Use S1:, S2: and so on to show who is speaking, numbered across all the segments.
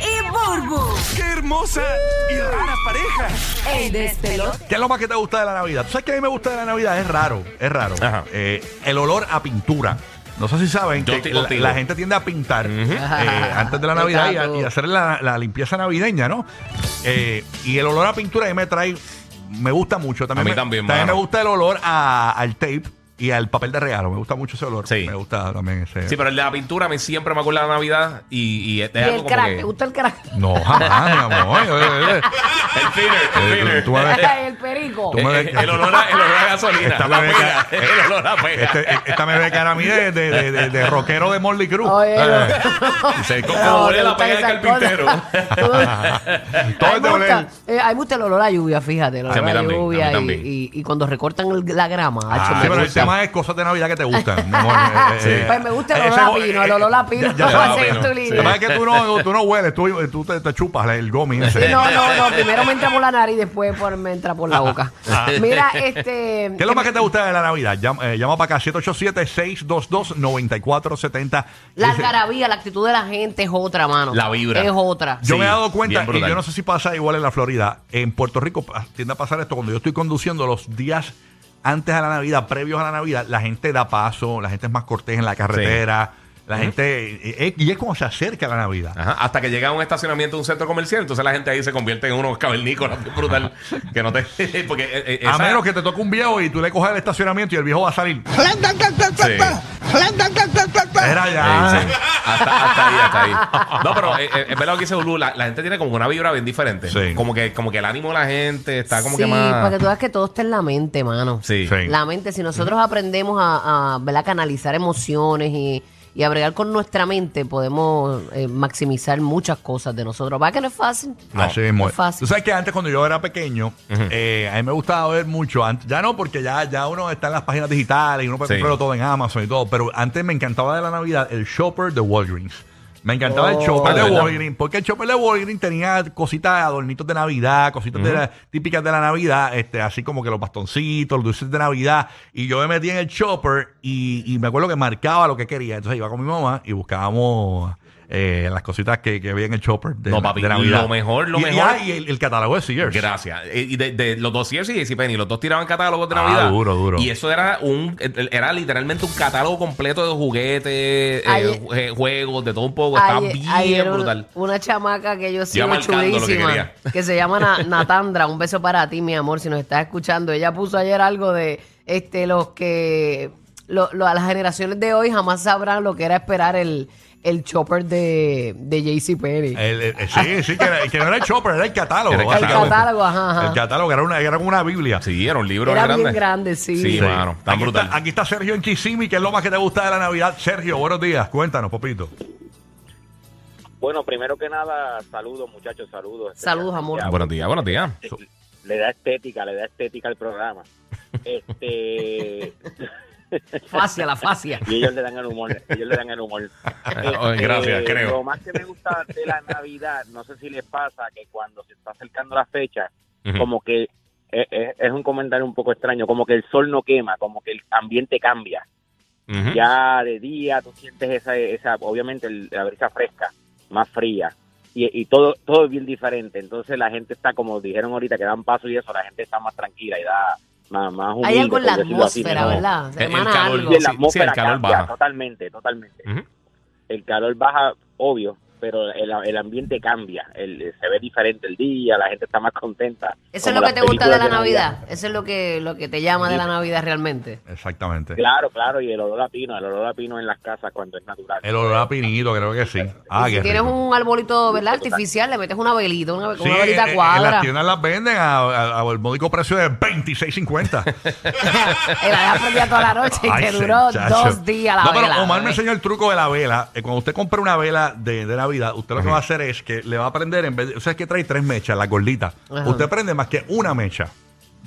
S1: y Burbu,
S2: ¡Qué hermosa y rara pareja!
S1: el despelote.
S3: ¿Qué es lo más que te gusta de la Navidad? ¿Tú sabes que a mí me gusta de la Navidad? Es raro, es raro.
S4: Ajá.
S3: Eh, el olor a pintura. No sé si saben
S4: Yo
S3: que
S4: estoy
S3: la,
S4: contigo.
S3: la gente tiende a pintar eh, antes de la Navidad y, a- y hacer la, la limpieza navideña, ¿no? Eh, y el olor a pintura a mí me trae, me gusta mucho. También
S4: A mí
S3: me,
S4: también,
S3: me
S4: mano.
S3: gusta el olor a- al tape y al papel de regalo. Me gusta mucho ese olor.
S4: Sí.
S3: Me gusta también ese.
S4: Sí, pero el de la pintura a mí siempre me acuerda de la Navidad y, y este
S1: Y
S4: es
S1: el
S4: algo como
S1: crack,
S4: que...
S1: ¿te gusta el crack?
S3: No, jamás, mi amor. Eh, eh,
S4: El thinner,
S3: eh.
S4: el
S3: Eh,
S4: thinner.
S3: tú- tú me-
S1: el perico.
S3: tú me-
S4: Eh, el, olor a, el olor a gasolina,
S3: Esta
S4: la
S3: me ve
S4: pega,
S3: cara-
S4: el olor a pega.
S3: Este- e- esta me ve cara a mí de, de, de, de- de rockero de Morley Cruz.
S1: Oye,
S3: Eh,
S4: Dice,
S1: Pero
S4: como huele
S1: te
S4: la
S1: gustan
S4: pega del
S1: esas
S4: carpintero.
S1: cosas. Tú-
S3: Todo
S1: A mí
S3: es de
S1: me gusta-
S3: oler.
S1: eh, a mí me gusta el olor a lluvia, fíjate, el olor
S4: Sí, a mí
S1: a,
S4: también, a mí
S1: lluvia y,
S4: también.
S1: y- y cuando recortan el- la grama. hacho,
S3: Ah,
S1: me
S3: sí, pero el
S1: gusta.
S3: tema es cosas de Navidad que te gustan. mi amor. Eh,
S4: Sí.
S3: eh,
S1: Pues me gusta el olor
S3: ese
S1: a
S3: go-
S1: pino,
S3: eh,
S1: el olor a pino.
S3: ya- ya- ya-
S1: Ese es
S4: pino,
S1: tu
S4: sí.
S3: Lo que
S1: líder.
S3: pasa es que tú no, tú no hueles, tú, eh, tú te, te chupas el gomi ese.
S1: Sí, no, no, no. Primero me entra por la nariz, después por- me entra por la boca.
S4: Ah.
S1: Mira, este.
S3: ¿Qué es lo más que te gusta de la Navidad? Llama, eh, llama para acá, 787-622-9470.
S1: La
S3: Dice,
S1: algarabía, la actitud de la gente es otra, mano.
S4: La vibra.
S1: Es otra.
S3: Yo
S4: Sí,
S3: me he dado
S4: bien
S3: cuenta, y
S4: brutal.
S3: yo no sé si pasa igual en la Florida, en Puerto Rico pa- tiende a pasar esto, cuando yo estoy conduciendo los días antes a la Navidad, previos a la Navidad, la gente da paso, la gente es más cortés en la carretera, la gente, eh, eh, y es como se acerca la Navidad.
S4: Ajá, hasta que llega a un estacionamiento de un centro comercial, entonces la gente ahí se convierte en unos cavernícolas bien brutal. que no te. Porque, eh, eh,
S3: A
S4: esa-
S3: menos que te toque un viejo y tú le coges el estacionamiento y el viejo va a salir.
S4: Sí.
S3: Era
S4: Sí,
S3: ya.
S4: sí. Hasta, hasta ahí, hasta ahí. No, pero eh, eh, es verdad lo que dice Ulu, la, la gente tiene como una vibra bien diferente.
S3: Sí.
S4: Como, que, como que el ánimo de la gente está como
S1: sí,
S4: que más.
S1: para que tú veas que todo está en la mente, mano.
S4: Sí.
S3: Sí.
S1: La mente, si nosotros aprendemos a, a, ¿verdad? canalizar emociones y, y a bregar con nuestra mente, podemos eh, maximizar muchas cosas de nosotros. ¿Va que no es fácil?
S3: Así mismo
S1: no
S3: es.
S1: es fácil.
S3: Tú sabes que antes cuando yo era pequeño, eh, a mí me gustaba ver mucho. Ant- Ya no, porque ya, ya uno está en las páginas digitales y uno puede
S4: Sí.
S3: comprarlo todo en Amazon y todo. Pero antes me encantaba de la Navidad el shopper de Walgreens. Me encantaba el shopper
S4: Ah,
S3: de
S4: ¿verdad?
S3: Walgreens, porque el shopper de Walgreens tenía cositas, adornitos de Navidad, cositas de la- típicas de la Navidad, este, así como que los bastoncitos, los dulces de Navidad. Y yo me metí en el shopper y, y me acuerdo que marcaba lo que quería. Entonces iba con mi mamá y buscábamos eh, las cositas que, que había en el shopper de,
S4: No, papi,
S3: de Navidad.
S4: lo mejor, lo
S3: Y- y-
S4: mejor.
S3: ah, Y, el, el catálogo de Sears.
S4: Gracias. Eh, Y de, de los dos Sears y JC Penny, los dos tiraban catálogos de
S3: Ah,
S4: Navidad.
S3: duro, duro.
S4: Y eso era un era literalmente un catálogo completo de juguetes, eh,
S1: Ayer-
S4: jue- juegos, de todo un poco. Estaba
S1: Ayer-
S4: bien
S1: ayer un-
S4: brutal.
S1: Una chamaca que yo sigo
S4: marcando lo que
S1: chulísima,
S4: quería.
S1: que, se llama Na- Natandra. Un beso para ti, mi amor, si nos estás escuchando. Ella puso ayer algo de este los que lo- lo- las generaciones de hoy jamás sabrán lo que era esperar el, el chopper de, de JC Penny.
S3: El- el- eh, sí, sí, que, era- que no era el shopper, era el catálogo.
S4: Era el
S3: básicamente.
S1: catálogo, ajá, ajá.
S3: El catálogo, era, una, era como una Biblia.
S4: Sí, era un libro
S1: Era
S4: grande.
S1: bien grande, sí.
S4: Sí,
S1: Sí.
S4: mano, tan
S3: aquí,
S4: brutal.
S3: está, aquí está Sergio en Kissimmee, que es lo más que te gusta de la Navidad. Sergio, buenos días. Cuéntanos, Popito.
S5: Bueno, primero que nada, saludos muchachos, saludos. Este,
S1: Saludos, amor.
S4: Ah, buenos días, buenos días.
S5: Le da estética, le da estética al programa. Este,
S1: Facia, la facia.
S5: y ellos le dan el humor, ellos le dan el humor. Este,
S4: Oh,
S5: Eh,
S4: gracias, creo.
S5: Lo más que me gusta de la Navidad, no sé si les pasa que cuando se está acercando la fecha,
S4: Ujú.
S5: como que eh, eh, es un comentario un poco extraño, como que el sol no quema, como que el ambiente cambia.
S4: Ujú.
S5: ya de día tú sientes esa, esa obviamente el- la brisa fresca, más fría, y, y todo, todo es bien diferente. Entonces la gente está, como dijeron ahorita, que dan paso y eso, la gente está más tranquila y da más, más humilde.
S1: Hay algo en la
S5: por decirlo así,
S1: atmósfera,
S5: ¿no?
S1: ¿verdad? Se
S4: El- el
S1: emana
S4: calor.
S1: algo.
S5: Sí, la
S4: Sí, sí,
S5: atmósfera
S4: el calor
S5: cambia
S4: baja.
S5: totalmente, totalmente.
S4: Ujú.
S5: El calor baja, obvio, pero el, el ambiente cambia, el, se ve diferente el día, la gente está más contenta.
S1: Eso es
S5: como
S1: lo que
S5: las
S1: te gusta de
S5: películas
S1: la Navidad. Eso es lo que, lo que te llama de la Navidad realmente.
S3: Exactamente.
S5: Claro, claro, y el olor a pino, el olor a pino en las casas cuando es natural.
S3: El olor a pinito, creo que sí. Ah,
S1: Y si
S3: qué
S1: tienes
S3: rico.
S1: un arbolito, ¿verdad? Artificial, le metes una velita, una,
S3: Sí,
S1: una
S3: eh, eh,
S1: velita
S3: en las
S1: cuadra.
S3: tiendas las venden a- a- al módico precio de 26.50.
S1: Y la dejas prendida toda la noche y
S3: Ay,
S1: te duró
S3: chacho.
S1: dos días la ¿eh?
S3: No, pero
S1: vela.
S3: Omar me enseñó el truco de la vela. Eh, Cuando usted compra una vela de, de Navidad, usted lo que va a hacer es que le va a prender, en vez de, o sea, es que trae tres mechas, la gordita.
S1: Ajá.
S3: Usted prende más que una mecha.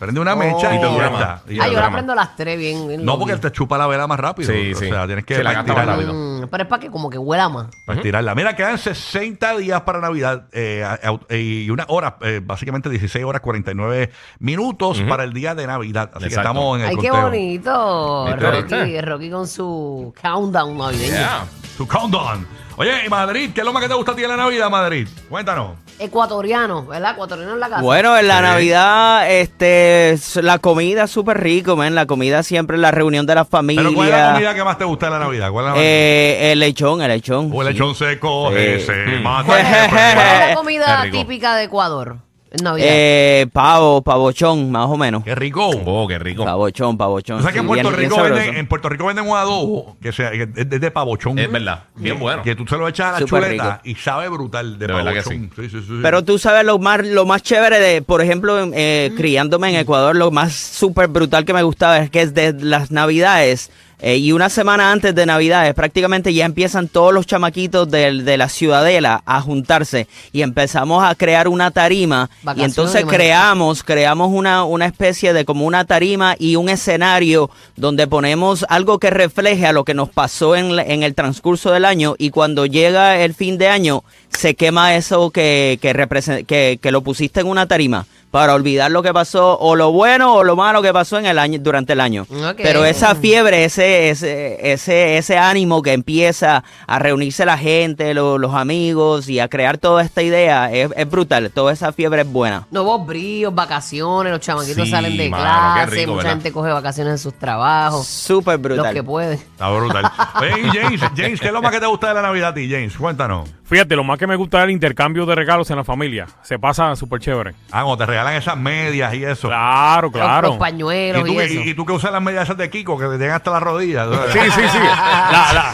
S3: Prende una
S1: Oh.
S3: mecha y te dura más.
S4: Y
S3: Y
S4: te
S1: Ah,
S3: ya
S1: yo
S4: dura
S1: la
S3: está.
S4: más.
S1: prendo a las tres bien. bien
S3: No, porque
S1: loco.
S3: te chupa la vela más rápido.
S4: Sí,
S3: o
S4: sí.
S3: sea, tienes que
S4: Sí, la gasta más
S3: tirarla.
S4: rápido.
S1: Mm, pero es para que como que huela más.
S3: Para estirarla. Mira, quedan 60 días para Navidad eh, au- eh, y una hora, eh, básicamente 16 horas 49 minutos para el día de Navidad. Así que
S4: Exacto.
S3: estamos en el
S1: Ay, qué
S3: conteo.
S1: bonito.
S4: ¿Viste?
S1: Rocky,
S4: ¿Viste?
S1: Rocky con su countdown navideño.
S4: Yeah.
S3: Tu countdown. Oye, y Madrid, ¿qué es lo más que te gusta a ti de la Navidad, Madrid? Cuéntanos.
S1: Ecuatoriano, ¿verdad? Ecuatoriano en la casa.
S6: Bueno, en la Navidad, este, s- la comida es súper rico, man. La comida siempre, la reunión de la familia.
S3: Pero ¿cuál es la comida que más te gusta de la Navidad? ¿Cuál es la
S6: Eh, el lechón, el lechón.
S3: O el
S6: sí.
S3: lechón seco, eh,
S6: Sí.
S3: se
S4: Mm.
S3: mata.
S1: ¿Cuál es la
S6: Eh,
S4: qué
S1: comida
S4: rico.
S1: típica de Ecuador? En Navidad.
S6: Eh, pavo, pavochón, más o menos.
S3: Qué rico.
S4: Oh, qué rico.
S6: Pavochón,
S3: ¿Tú
S6: pavochón.
S3: sabes que en
S6: sí,
S3: Puerto,
S6: bien- bien
S3: Rico venden,
S6: sabroso. Oh.
S3: en Puerto Rico venden un adobo que, sea, que es de, de pavochón?
S4: Es verdad. Bien bueno.
S3: Que tú se lo echas a la
S6: Súper
S3: chuleta
S6: rico.
S3: y sabe brutal de,
S4: De verdad que
S3: pavochón. Sí, sí, sí, sí.
S6: Pero tú sabes lo más, lo más chévere de, por ejemplo, en- eh, criándome en Ecuador, lo más súper brutal que me gustaba es que es de las navidades eh, y una semana antes de navidades prácticamente ya empiezan todos los chamaquitos del- de, la ciudadela a juntarse y empezamos a crear una tarima y
S1: Vacaciones,
S6: entonces
S1: imagínate.
S6: creamos, creamos una, una especie de como una tarima y un escenario donde ponemos algo que refleje a lo que nos pasó en, la- en el transcurso del año y cuando llega el fin de año se quema eso que, que, represen- que, que lo pusiste en una tarima para olvidar lo que pasó o lo bueno o lo malo que pasó en el año durante el año.
S1: Ok.
S6: Pero esa fiebre, ese, ese, ese, ese ánimo que empieza a reunirse la gente, lo- los amigos y a crear toda esta idea es, es brutal. Toda esa fiebre es buena.
S1: Nuevos bríos, vacaciones, los chamaquitos
S4: Sí,
S1: salen de
S4: mano,
S1: clase,
S4: qué rico,
S1: mucha
S4: ¿verdad?
S1: gente coge vacaciones en sus trabajos,
S6: Súper
S1: los
S6: brutal.
S1: que pueden.
S3: Está brutal. Oye, y James, James, ¿qué es lo más que te gusta de la Navidad a ti, James? Cuéntanos.
S7: Fíjate, lo más que me gusta es el intercambio de regalos en la familia. Se pasa súper chévere.
S3: Ah, cuando te regalan esas medias y eso.
S7: Claro,
S1: Los-
S7: claro.
S1: Los, pañuelos
S3: ¿Y
S1: y,
S3: tú, que,
S1: eso.
S3: y- y tú que usas las medias esas de Kiko que te llegan hasta las rodillas.
S7: Sí, sí, sí. La- la-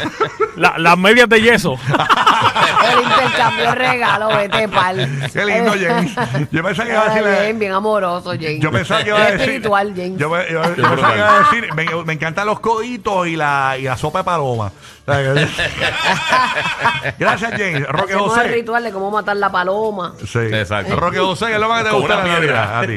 S7: la- las medias de yeso.
S1: el intercambio de regalo, vete pal.
S3: Qué lindo, James. Yo pensaba que iba a
S1: Ay,
S3: decirle-
S1: bien, bien amoroso, James.
S3: Yo pensaba que iba a
S1: Bien
S3: decir.
S1: espiritual, James.
S3: Yo, me- yo- yo
S4: Qué
S3: pensaba que
S4: brutal.
S3: iba a decir. Me, me encantan los coditos y la, y la sopa de paloma. O sea, que- Gracias, James. Roque
S1: Hacemos el
S3: José.
S1: ritual de cómo matar la paloma.
S3: Sí.
S4: Exacto.
S3: Roque José, ¿qué es lo más que te
S4: Como
S3: gusta de
S4: una
S3: la Navidad?
S4: piedra.
S3: A ti,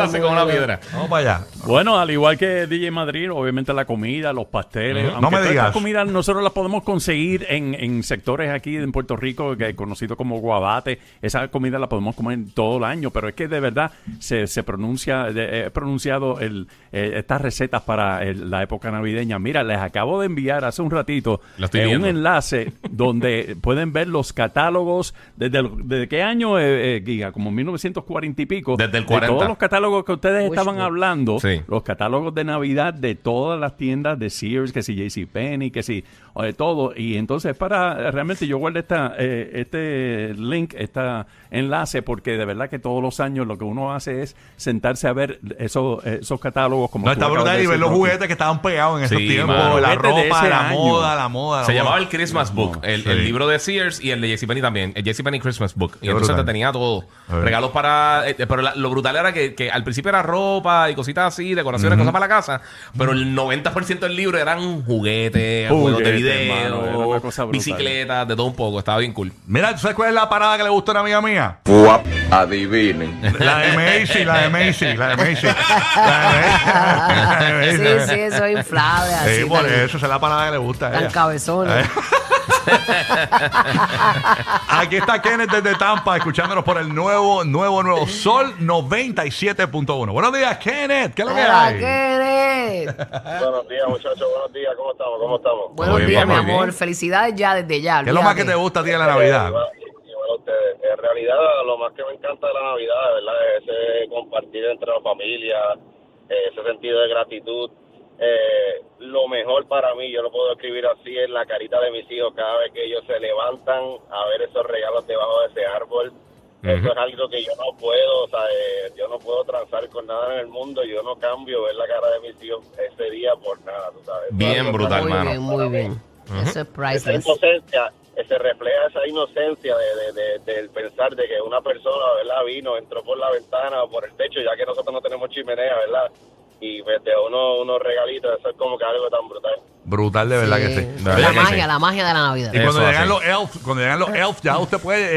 S4: Así como una piedra.
S3: Vamos para allá.
S8: Bueno, al igual que DJ Madrid, obviamente la comida, los pasteles.
S3: No
S8: Aunque
S3: me
S8: todas
S3: digas.
S8: estas comidas nosotros las podemos conseguir en, en sectores aquí en Puerto Rico, que es conocido como guabate. Esa comida la podemos comer todo el año, pero es que de verdad se, se pronuncia, de- he pronunciado el, eh, estas recetas para el- la época navideña. Mira, les acabo de enviar hace un ratito
S4: La estoy
S8: eh, un
S4: viendo.
S8: enlace donde pueden ver los catálogos desde, el- desde qué año, eh, eh, Giga, como 1940 y pico.
S4: Desde el
S8: De todos
S4: 40.
S8: los catálogos que ustedes estaban
S1: book.
S8: hablando,
S4: Sí.
S8: los catálogos de Navidad de todas las tiendas de Sears, que si JCPenney, que si o de todo. Y entonces para, realmente yo guardé esta, eh, este link, este enlace, porque de verdad que todos los años lo que uno hace es sentarse a ver esos, esos catálogos como tú
S3: No, está
S8: acabas de
S3: brutal y
S8: decir,
S3: ver los
S8: Rocky.
S3: juguetes que estaban pegados en esos
S4: Sí,
S3: tiempos.
S4: mano. Este
S3: La
S8: Juguetes de
S3: ropa,
S8: ese
S3: la
S8: año.
S3: moda, la moda. la
S4: Se
S3: moda.
S4: llamaba el Christmas Book, el, el
S3: Sí.
S4: libro de Sears y el de JCPenney también, el JCPenney Christmas Book. Y
S3: Qué
S4: entonces
S3: brutal.
S4: te tenía todo.
S3: A ver.
S4: Regalos para... eh, pero la- lo brutal era que, que al principio era ropa y cositas así, decoraciones, cosas para la casa, pero el 90% del libro eran juguetes, juegos de
S8: Juguetes, mano, era una
S4: video,
S8: cosa brutal.
S4: bicicletas, de todo un poco. Estaba bien cool.
S3: Mira, ¿tú sabes cuál es la parada que le gusta a una amiga mía?
S9: Adivinen.
S3: La de Macy, la de Macy, la de Macy. La de Macy.
S1: Sí, sí, eso es inflable. Así,
S3: Sí, por
S1: tan-
S3: eso, esa es la parada que le gusta a
S1: Tan
S3: ella.
S1: cabezona.
S3: Eh. Aquí está Kenneth desde Tampa, escuchándonos por el nuevo, nuevo, nuevo Sol 97.1. Buenos días, Kenneth. ¿Qué es lo que
S1: Hola,
S3: hay?
S1: Kenneth.
S9: Buenos días, muchachos. Buenos días. ¿Cómo estamos? ¿Cómo estamos?
S1: Buenos
S4: bien,
S1: días, mi
S4: papá, muy
S1: amor.
S4: bien.
S1: Felicidades ya desde ya.
S3: ¿Qué es lo más que
S1: olvídate.
S3: te gusta a ti de la Navidad?
S9: Igual- igual a ustedes. En realidad, lo más que me encanta de la Navidad, de ¿verdad? Es ese compartir entre la familia, eh, ese sentido de gratitud eh, lo mejor para mí, yo lo puedo escribir así, en la carita de mis hijos cada vez que ellos se levantan a ver esos regalos debajo de ese árbol. Eso es algo que yo no puedo, o sea, eh, yo no puedo transar con nada en el mundo, yo no cambio ver la cara de mis hijos ese día por nada, tú sabes.
S4: Bien brutal,
S1: muy
S4: mano.
S1: bien, muy bien. Eso es
S9: Esa
S1: priceless.
S9: inocencia, eh, se refleja esa inocencia de, de- de- del pensar de que una persona, ¿verdad? Vino, entró por la ventana o por el techo, ya que nosotros no tenemos chimenea, ¿verdad? Y pues, te da uno, unos regalitos, eso es como que algo tan brutal.
S3: Brutal, de verdad que sí. De verdad
S1: La
S3: que sí.
S1: magia, la magia de la Navidad.
S3: Y cuando
S4: Eso
S3: llegan
S4: así.
S3: los elf, cuando llegan los elf, ya usted puede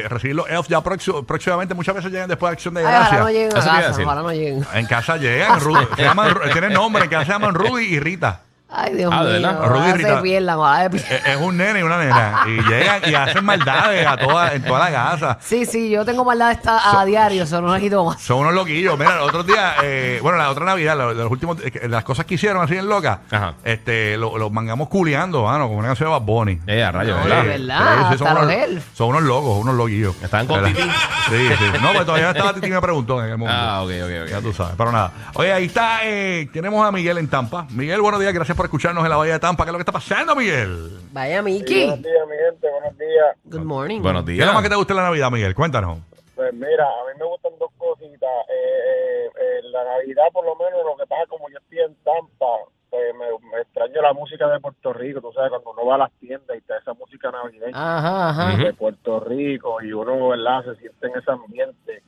S3: eh, recibir los elf ya próximo- próximamente. Muchas veces llegan después de Acción de
S1: Ay, ojalá no
S3: Gracias.
S1: lleguen a
S4: Eso te iba a
S1: casa,
S4: decir.
S1: ojalá no lleguen.
S3: En casa llegan, Ru- se llaman, Ru- tienen nombre, en casa se llaman Rudy y Rita.
S1: Ay, Dios
S4: Ah,
S1: mío.
S4: ¿de verdad?
S1: Ojalá
S3: Rudy Rita.
S1: se pierdan, ojalá se pierdan.
S3: Es es un nene y una nena. Y llegan y hacen maldades a toda, en toda la casa.
S1: Sí, sí, yo tengo maldad esta a diario, eso no necesito más.
S3: Son unos loquillos. Mira, el otro día, eh, bueno, la otra Navidad, lo- de los últimos, eh, que- las cosas que hicieron así en loca,
S4: Ajá.
S3: este, lo- los mangamos culeando, mano, como una canción de Bad Bunny.
S4: Eh, a rayos,
S3: Sí,
S4: ¿verdad?
S1: es verdad,
S3: son,
S1: hasta
S3: unos,
S1: los elf.
S3: son unos locos, unos loquillos.
S4: Estaban con
S3: ¿Verdad?
S4: Titi.
S3: Sí, sí. No, pues todavía no estaba Titi, me preguntó en el momento.
S4: Ah, ok, ok, ok.
S3: Ya tú sabes, pero nada. Oye, ahí está, eh, tenemos a Miguel en Tampa. Miguel, buenos días, gracias por escucharnos en la Bahía de Tampa. ¿Qué es lo que está pasando, Miguel?
S1: Vaya,
S9: Sí,
S1: Miki.
S9: Buenos días, mi gente, buenos días.
S1: Good morning.
S4: Buenos
S3: ¿Qué es lo
S4: días.
S3: más que te gusta de la Navidad, Miguel? Cuéntanos.
S9: Pues mira, a mí me gustan dos cositas. Eh, eh, eh, la Navidad, por lo menos, lo que pasa, como yo estoy en Tampa, pues me, me extraño la música de Puerto Rico, tú sabes, cuando uno va a las tiendas y está esa música navideña.
S1: Ajá, ajá.
S4: Ujú.
S9: de Puerto Rico y uno ¿verdad? se siente en ese ambiente.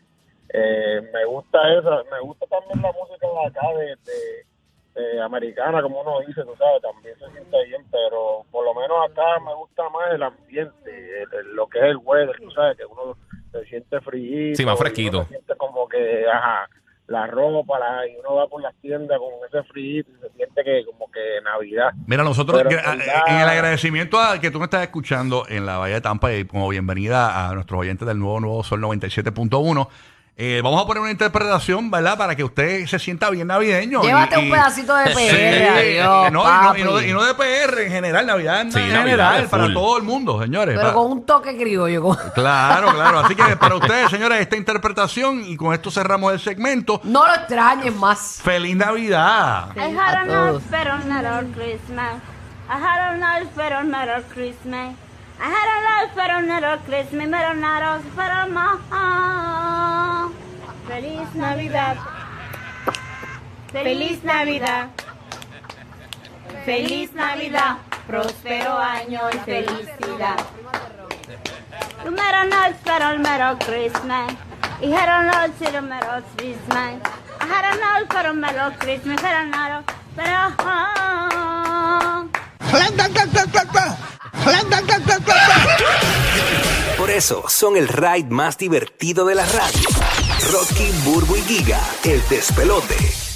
S9: Eh, me gusta esa, me gusta también la música de acá de, de- de americana, como uno dice, tú sabes, también se siente bien, pero por lo menos acá me gusta más el ambiente, el- el- lo que es el weather, tú sabes, que uno se siente frío.
S4: Sí, más
S9: y
S4: fresquito.
S9: uno se siente como que, ajá, la ropa, la- y uno va por las tiendas con ese frío y se siente que como que Navidad.
S3: Mira, nosotros
S9: Pero
S3: gra-
S9: en
S3: eh,
S9: verdad-
S3: en el agradecimiento a que tú me estás escuchando en la Bahía de Tampa y como bienvenida a nuestros oyentes del nuevo Nuevo Sol 97.1. eh, vamos a poner una interpretación, ¿verdad? Para que usted se sienta bien navideño.
S1: Llévate un pedacito de PR, adiós,
S3: Eh, no, y no- y, no,
S1: papi.
S3: y no de PR en general, Navidad en
S4: Sí, Navidad
S3: general,
S4: de
S3: para
S4: full.
S3: todo el mundo, señores.
S1: Pero
S3: Pa-
S1: con un toque criollo. con-
S3: Claro, claro. Así que para ustedes, señores, esta interpretación y con esto cerramos el segmento.
S1: No lo extrañes más.
S3: ¡Feliz Navidad!
S10: I had a
S1: todos.
S10: nice pero Merry Christmas. I had a nice pero Merry Christmas. I had a nice pero Merry Christmas. Merry Naros pero ma. Feliz Navidad. Feliz Navidad. Feliz Navidad. Próspero año y felicidad. Número no espero el mero Christmas. Y Jero no espero el mero Christmas. A Jero no espero el mero Christmas. Jero no pero...
S11: Por eso son el ride más divertido de la radio. Rocky, Burbu y Giga, el despelote.